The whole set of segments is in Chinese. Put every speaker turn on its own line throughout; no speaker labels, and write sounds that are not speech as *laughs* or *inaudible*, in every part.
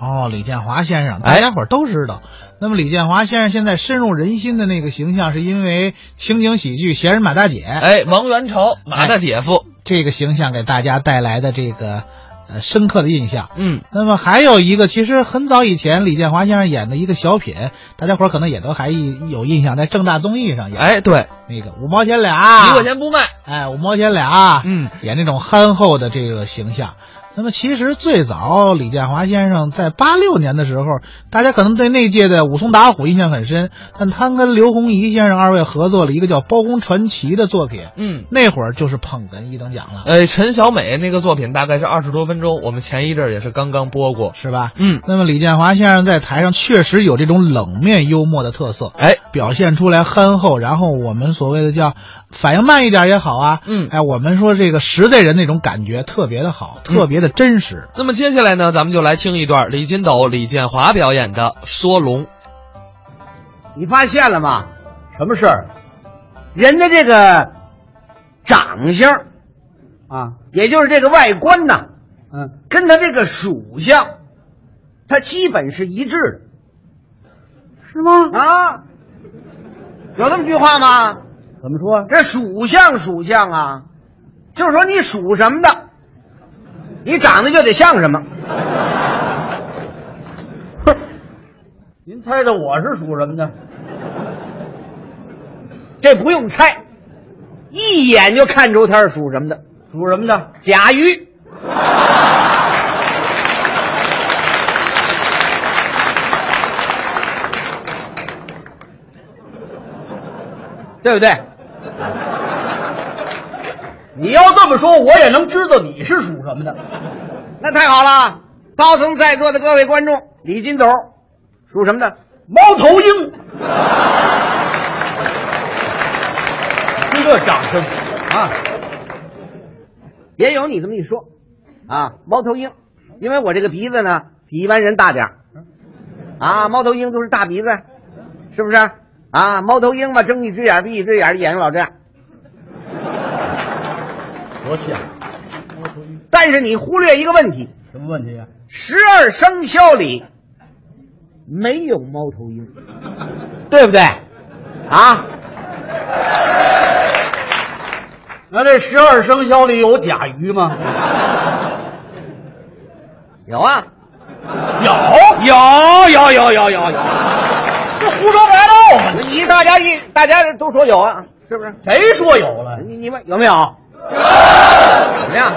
哦，李建华先生，
哎
大家伙儿都知道。那么李建华先生现在深入人心的那个形象，是因为情景喜剧《闲人马大姐》
哎，王元朝，马大姐夫，
这个形象给大家带来的这个呃深刻的印象。
嗯，
那么还有一个，其实很早以前李建华先生演的一个小品，大家伙儿可能也都还一有印象，在正大综艺上演、
哎，对，
那个五毛钱俩，
一块钱不卖，
哎，五毛钱俩，
嗯，
演那种憨厚的这个形象。那么其实最早李建华先生在八六年的时候，大家可能对那届的武松打虎印象很深，但他跟刘洪怡先生二位合作了一个叫《包公传奇》的作品，
嗯。
那会儿就是捧哏一等奖了，
呃，陈小美那个作品大概是二十多分钟，我们前一阵儿也是刚刚播过。
是吧？
嗯，
那么李建华先生在台上确实有这种冷面幽默的特色，
哎，
表现出来憨厚，然后我们所谓的叫反应慢一点也好啊，
嗯
哎，我们说这个实在人那种感觉特别的好，
嗯
特别的真实。
那么接下来呢，咱们就来听一段李金斗、李建华表演的《说龙》。
你发现了吗？
什么事儿？
人的这个长相，
啊，
也就是这个外观呐，
嗯，
跟他这个属相，它基本是一致
是吗
的？啊。有这么句话吗？
怎么说？
这属相属相啊，就是说你属什么的，你长得就得像什么。不是，
您猜猜我是属什么的？
这不用猜，一眼就看出他是属什么的。
属什么的？
甲鱼。对不对？
你要这么说，我也能知道你是属什么的。
那太好了，高层在座的各位观众，李金斗属什么的？
猫头鹰，听这掌声啊！
也有你这么一说，啊，猫头鹰，因为我这个鼻子呢比一般人大点儿，啊，猫头鹰都是大鼻子，是不是？啊，猫头鹰嘛，睁一只眼闭一只眼，眼睛老这样。
多像，
但是你忽略一个问题，
什么问题啊？
十二生肖里没有猫
*laughs*
头鹰，对不对？啊，
那这十二生肖里有甲鱼吗？
有啊，
有，有，有，有，有，有，有。这胡说八道啊！
你大家一大家都说有啊，是不是？
谁说有了？
你你们有没有？怎么样？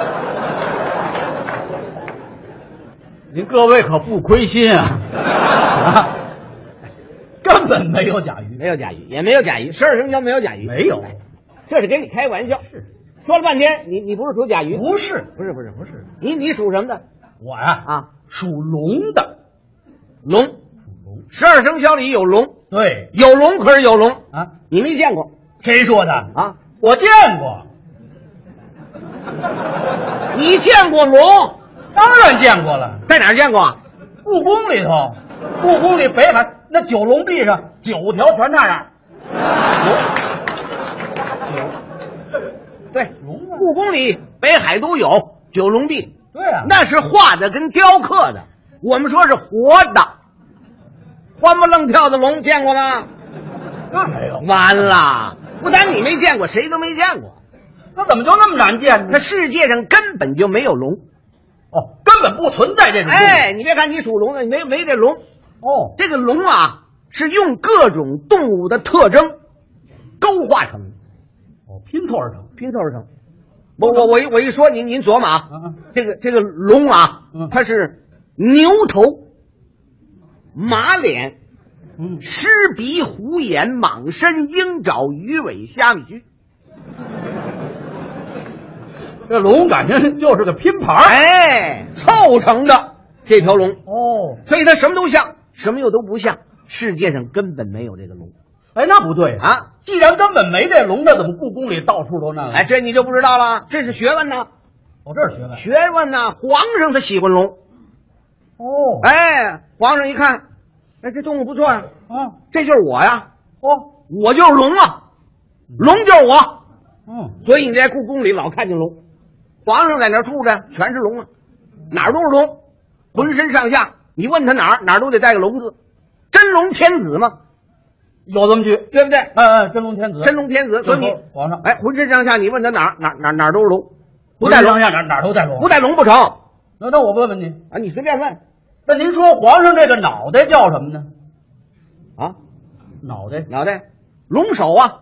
您各位可不亏心啊！啊根本没有甲鱼，
没有甲鱼，也没有甲鱼，十二生肖没有甲鱼，
没有，
这是跟你开玩笑。是，说了半天，你你不是属甲鱼，
不是
不是不是不是，你你属什么的？
我呀
啊，
属龙的，
龙，
属龙，
十二生肖里有龙，
对
有龙可是有龙，
啊，
你没见过
谁说的？
啊？
我见过，
你见过龙？
当然见过了，
在哪儿见过啊？
故宫里头，故宫里北海那九龙壁上九条全那样，
对，
龙啊
故宫里、北海都有九龙壁，
对啊，
那是画的跟雕刻的，我们说是活的，欢不愣跳的龙见过吗？
那没有，
完了，不但你没见过，谁都没见过。
那怎么就那么难见
那
呢？
世界上根本就没有龙。
哦，根本不存在这种东西，
哎，你别看你属龙的，你没没这龙，
哦，
这个龙啊是用各种动物的特征勾画成的，
哦，拼凑而成，
拼凑而成。我我我一我一说您您琢磨啊，
啊，
这个这个龙啊
嗯，
它是牛头、马脸、
嗯，
狮鼻、虎眼、蟒身、鹰爪、鱼尾、虾米须。
这龙感觉就是个拼盘儿，
哎，凑成的这条龙，
哦，
所以它什么都像，什么又都不像。世界上根本没有这个龙
哎，那不对！
啊！
既然根本没这龙，那怎么故宫里到处都那个？
哎，，这你就不知道了，这是学问呐，
我这是学问。
学问呐！皇上他喜欢龙，
哦，
哎，皇上一看，哎，这动物不错呀、
啊，
这就是我呀，
哦，
我就是龙啊，龙就是我。
嗯，
所以你在故宫里老看见龙，皇上在那儿住着，全是龙啊，哪儿都是龙，浑身上下你问他哪儿哪儿都得带个龙字，真龙天子嘛，
有这么句，
对不对？
哎哎，真龙天子，
真龙天子，所以你
就是皇上
哎，浑身上下你问他哪儿哪儿哪儿哪儿都是龙，不
不
带
带
龙
龙，下哪哪儿都带龙
不。带龙不成啊！
那那我问问你，
你随便问
那您说皇上这个脑袋叫什么呢？
啊，
脑袋
脑袋龙首啊，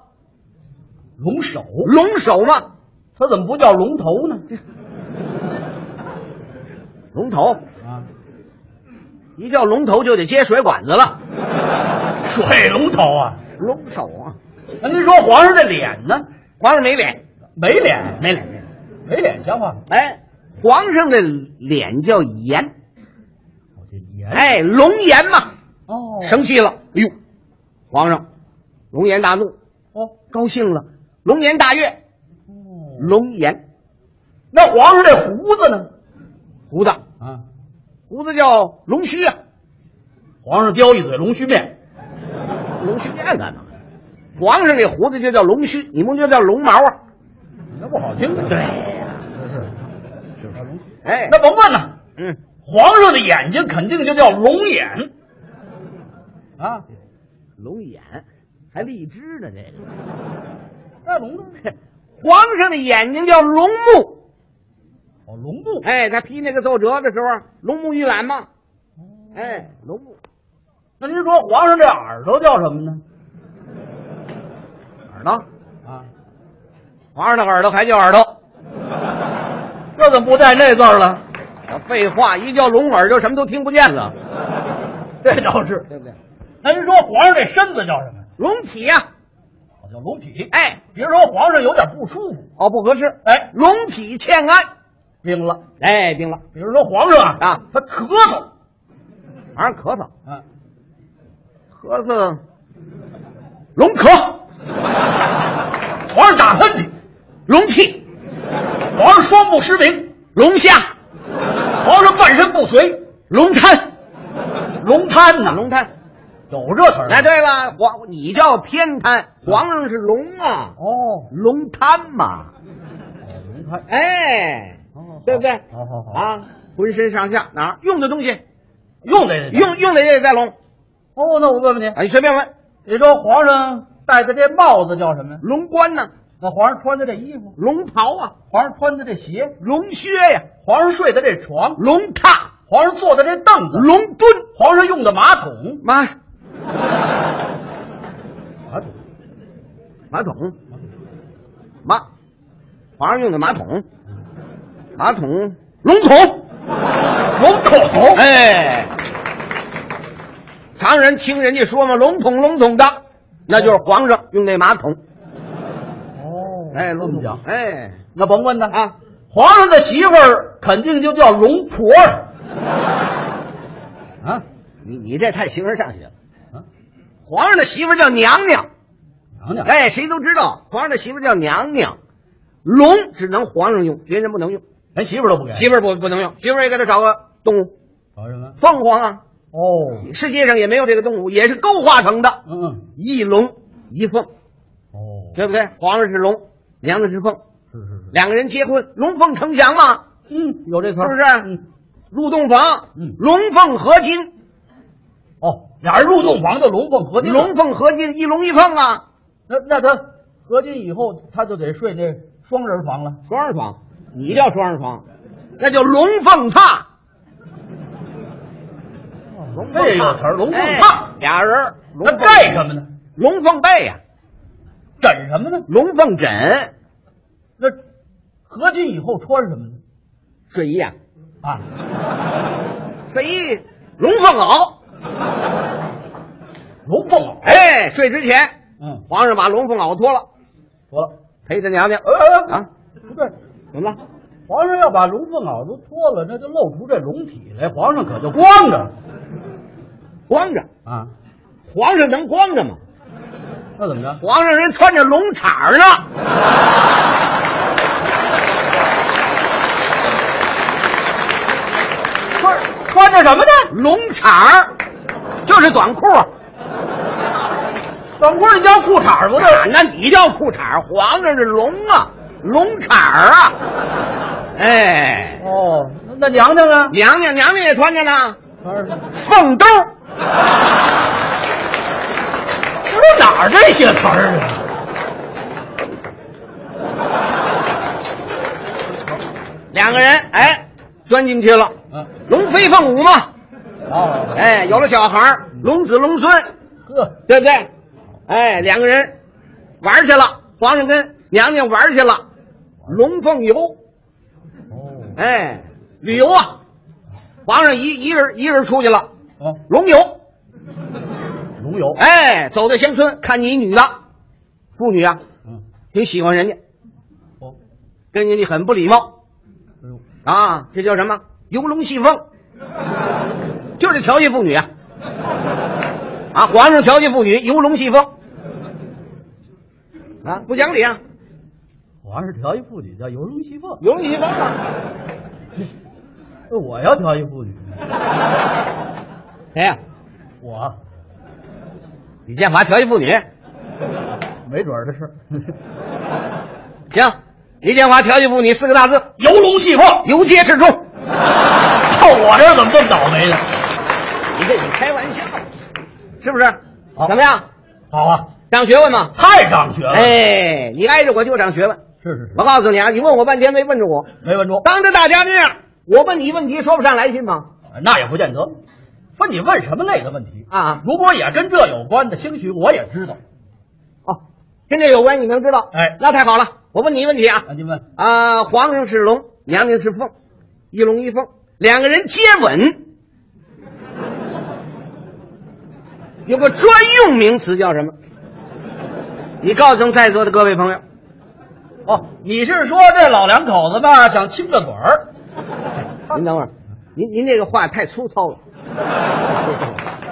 龙首，
龙首嘛，
他怎么不叫龙头呢？
龙头
啊，
一叫龙头就得接水管子了，
水龙头啊。
龙首啊，
那您说皇上这脸呢？
皇上没脸，
没脸，
没脸，没脸。
没脸，像话吗？
哎，皇上的脸叫颜，
我哦这脸，
哎，龙颜嘛，
哦，
生气了，哎呦，皇上，龙颜大怒，
哦，
高兴了，龙颜大悦，
哦
龙颜
那皇上这胡子呢？
胡子，
啊，
胡子叫龙须啊，
皇上叼一嘴龙须面，
龙须面干嘛？皇上这胡子就叫龙须，你们就叫龙毛啊？
那不好听。
对
呀，是不是？
哎，
那甭问了，
嗯，
皇上的眼睛肯定就叫龙眼啊。
龙眼还荔枝呢，这个
那龙呢？
*laughs* 皇上的眼睛叫龙目，
哦，龙目。
哎，他批那个奏折的时候，啊龙目一览嘛，
哦
哎，龙目
那您说皇上这耳朵叫什么呢？
耳朵，
啊，
皇上的耳朵还叫耳朵，
那怎么不带那字儿了？
啊废话，一叫聋耳就什么都听不见了，
*laughs* 这倒是。
对不对？
那您说皇上这身子叫什么？
龙体呀、
哦，叫龙体。
哎，
别说皇上有点不舒服，
哦，不合适，
哎，
龙体欠安，
病了。
哎，病了，
比如说皇上啊，
啊
他咳嗽，
皇上咳嗽，
啊，
咳嗽，龙咳，
皇上打喷嚏，
龙涕，
皇上双目失明，
龙虾，
皇上半身不遂，
龙滩。
龙瘫呐，
龙滩。
有这词儿啊嗯
哎，对了，皇你叫偏瘫，皇上是龙啊，
哦，
龙滩嘛。
龙瘫，
哎，
哦
对不对？
好好好
啊，浑身上下哪儿用的东西，
用的
用用的也得带龙。
哦，那我问问你，
啊，你随便问，
你说皇上戴的这帽子叫什么呀？
龙冠呢？
那皇上穿的这衣服，
龙袍啊，
皇上穿的这鞋，
龙靴呀，
皇上睡的这床，
龙榻，
皇上坐的这凳子，
龙墩。
皇上用的马桶，
妈，
马桶
马桶，马，皇上用的马桶，马桶，龙桶，
龙桶，
哎，常人听人家说嘛，笼统笼统的，那就是皇上用那马桶。
哦
哎，
这么
笼统
讲，
哎，
那甭问他
啊，
皇上的媳妇儿肯定就叫龙婆儿啊，
你你这太形而上学了
啊。
皇上的媳妇儿叫娘娘，
娘娘，
哎，谁都知道，皇上的媳妇儿叫娘娘。龙只能皇上用，别人不能用，
连哎媳妇儿都不给，
媳妇儿不不能用，媳妇儿也给他找个动物，
搞什么？
凤凰啊，
哦，
世界上也没有这个动物，也是勾画成的，
嗯嗯，
一龙一凤，
哦，
对不对？皇上是龙，娘娘是凤，
是是是，
两个人结婚，龙凤呈祥嘛。
嗯，有这词儿，
是不是
嗯，
入洞房，
嗯
龙凤合金，
哦，俩人入洞房就龙凤合金了，
龙凤合金，一龙一凤啊，
那那他合金以后，他就得睡那双人房了。
双人床，你叫双人床，那叫龙凤榻，龙凤
这
榻
有词儿，龙凤榻。
哎俩人儿，
那
龙凤
盖什么呢？
龙凤被呀，
枕什么呢？
龙凤枕，
那合金以后穿什么呢？
睡衣啊，
啊，
睡衣，龙凤袄，
龙凤袄。
哎，睡之前，
嗯，
皇上把龙凤袄脱了，
说了。
陪他娘娘
呃，
啊，
不对，
怎么了？
皇上要把龙凤袄都脱了，那就露出这龙体来，皇上可就光着
光着，
啊。
皇上能光着吗？
那怎么着？
皇上人穿着龙氅儿呢。
*laughs* 穿穿着什么呢？
龙氅儿就是短裤，啊
短裤儿叫裤衩儿不对
啊那你叫裤衩儿，皇上是龙啊，龙氅儿啊，哎，哎
哦，那那娘娘呢？
娘娘娘娘也穿着呢，缝兜，
知哪儿这些词儿啊？
两个人哎钻进去了，
嗯，
龙飞凤舞嘛，
哦，
哎，有了小孩儿龙子龙孙，
呵，
对不对？哎，两个人玩儿去了，皇上跟娘娘玩儿去了，龙凤游，
哦，
哎，旅游啊，皇上一一人一人出去了，
啊，
龙游，
龙游，
哎，走到乡村看见一女的，妇女啊，
嗯，
挺喜欢人家，
哦，
跟人家很不礼貌
哎呦，
啊，这叫什么？游龙戏凤，就是调戏妇女啊，啊，皇上调戏妇女，游龙戏凤，啊，不讲理啊，
皇上调一妇女叫游龙戏凤，
游龙戏凤啊，
那呃我要调一妇女，
谁哎呀、
我
李建华调戏妇女，
没准儿的事儿。
行，李建华调戏妇女四个大字，
*laughs* 游龙戏凤，
游街示众。
靠我这儿怎么这么倒霉呢？
你这你开玩笑，是不是？
好
怎么样？
好啊，
长学问吗？
太长学了。，
啊
哎，你挨着我就长学问。
是是是
我，告诉你啊，你问我半天没问住我。
没问住，
当着大家的面，我问你问题说不上来信吗？
那也不见得。分你问什么类的问题
啊
如果也跟这有关的，兴许我也知道。
哦，跟这有关你能知道？
哎
那太好了。我问你一问题啊，
那您问，
啊，皇上是龙，娘娘是凤，一龙一凤，两个人接吻，有个专用名词叫什么？你告诉在座的各位朋友，
哦，你是说这老两口子吧，想亲个嘴儿？
您等会儿，您您这个话太粗糙了。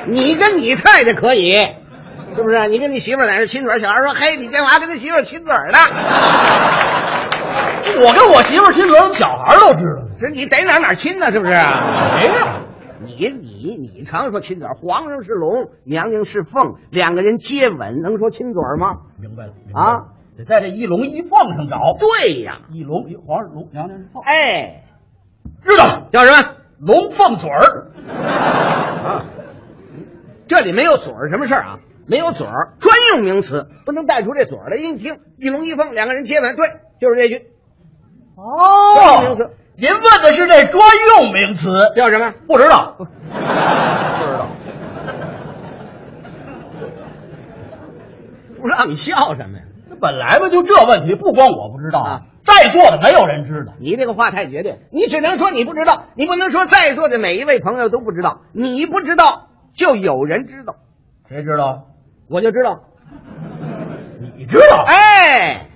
你跟你太太可以，是不是？你跟你媳妇儿在这亲嘴儿，小孩说：“嘿，你干嘛跟他媳妇儿亲嘴儿呢？
我跟我媳妇儿亲嘴儿，小孩儿都知道。
是你逮哪儿哪儿亲呢？是不是？”
谁呀、
你你你常说亲嘴儿，皇上是龙，娘娘是凤，两个人接吻能说亲嘴儿吗？
明白了
啊，
得在这一龙一凤上找。
对呀，
一龙一皇上龙，娘娘是凤，
哎，
知道
叫什么？
龙凤嘴儿。
这里没有嘴儿什么事儿啊？没有嘴儿，专用名词，不能带出这嘴儿来。一听一龙一凤，两个人接吻，对，就是这句，专
哦
用名词
您问的是这专用名词，
叫什么？
不知道，不知道。
不知道你笑什么呀？
这本来吧，就这问题，不光我不知道
啊，
在座的没有人知道。
你这个话太绝对，你只能说你不知道，你不能说在座的每一位朋友都不知道。你不知道，就有人知道，
谁知道？
我就知道。
你知道？
哎，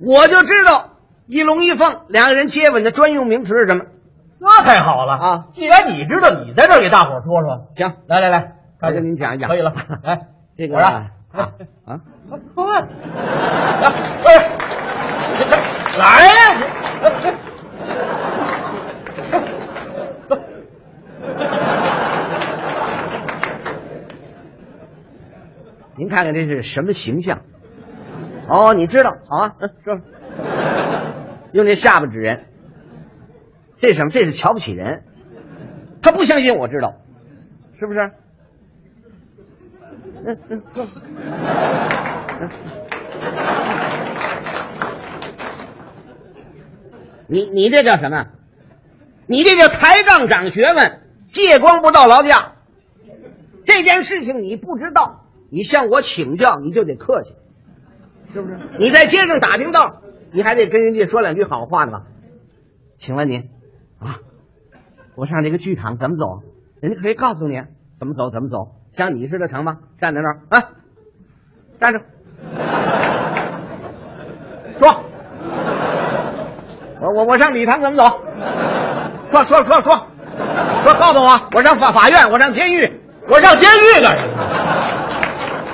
我就知道一龙一凤两个人接吻的专用名词是什么。
那太好了
啊！
既然你知道，你在这儿给大伙儿说说。
行，
来来来，
我跟您讲一讲 *laughs*
可以了，来，
这个
我让
啊
来
啊，
快，来，哎来呀！哎
您看看这是什么形象？哦，你知道，好啊，嗯，说吧，用这下巴指人，这是什么？这是瞧不起人，他不相信我知道，是不是？嗯嗯，说吧嗯你你这叫什么？你这叫抬杠长学问，借光不到劳驾。这件事情你不知道，你向我请教，你就得客气，是不是？你在街上打听道，你还得跟人家说两句好话呢吧？请问您啊，我上这个剧场怎么走？人家可以告诉你怎么走，怎么走。像你似的成吗？站在那儿啊，站着， *laughs* 说，我我我上礼堂怎么走？说说说说，说告诉我，我上法法院，我上监狱。
我上监狱干什么？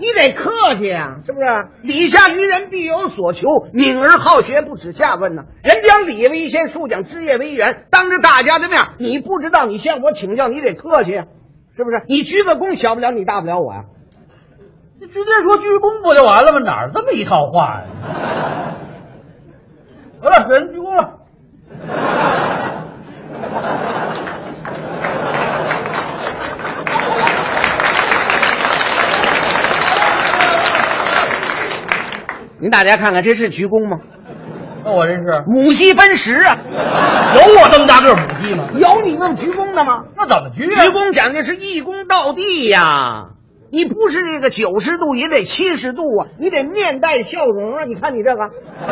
你得客气啊，是不是？礼下于人，必有所求。敏而好学，不耻下问呢、人讲礼为先，术讲枝叶为源。当着大家的面，你不知道，你向我请教，你得客气啊，是不是？你鞠个躬，小不了你，大不了我呀、
你直接说鞠躬不就完了吗？哪儿这么一套话呀？得了，给人鞠躬了。
您大家看看，这是鞠躬吗？
那我这是
母系奔驰啊，
有我这么大个儿母鸡吗？
有你那么鞠躬的吗？
那怎么鞠
鞠
啊？
躬讲究是一躬到地呀、你不是这个九十度也得七十度啊，你得面带笑容啊。你看你这个，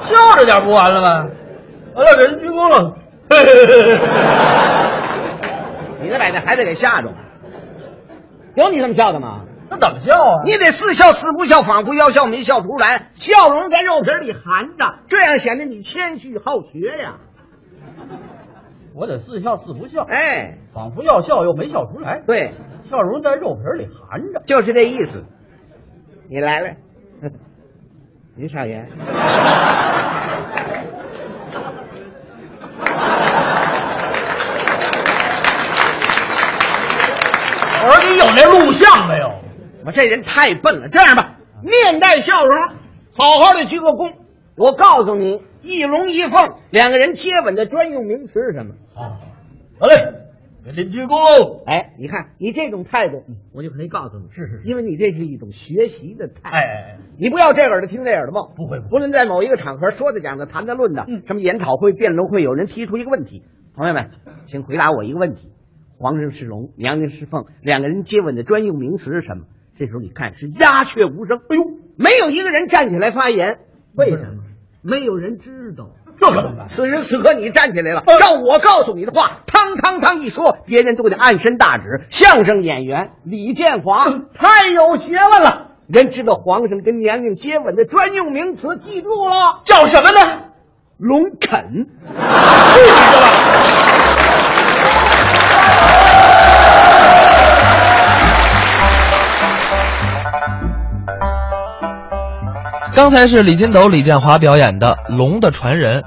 笑着点不完了吗？完了，给人鞠躬了。 *laughs* 嘿嘿嘿嘿
你得把那孩子给吓着。有你这么笑的吗？
那怎么笑啊？
你得似笑似不笑，仿佛要笑没笑出来，笑容在肉皮里含着，这样显得你谦虚好学呀。
我得似笑似不笑，
哎，
仿佛要笑又没笑出来，
对，
笑容在肉皮里含着。
就是这意思。你来 *laughs* 了，您少爷，
我说你有那录像没有？啊
我这人太笨了。这样吧，面带笑容，好好的鞠个躬。我告诉你，一龙一凤两个人接吻的专用名词是什么？
啊，得嘞，给您鞠躬喽。
哎，你看你这种态度，我就可以告诉你，
是是是
*laughs* 因为你这是一种学习的态
哎
度。
哎，哎
你不要这耳朵听这耳朵报，
不会不会嗯
无论在某一个场合说的、讲的、谈的、论的，什么研讨会、辩论会，有人提出一个问题，朋友们，请回答我一个问题：皇上是龙，娘娘是凤，两个人接吻的专用名词是什么？这时候你看是鸦雀无声，哎呦，没有一个人站起来发言，为什么？没有人知道。
这可怎么办？呃
此时此刻你站起来了，照我告诉你的话，汤汤汤一说，别人都得按身大指。相声演员李建华
嗯
太有学问了，人知道皇上跟娘娘接吻的专用名词，记住了，
叫什么呢？
龙啃。
去你的吧！
刚才是李金斗、李建华表演的《龙的传人》。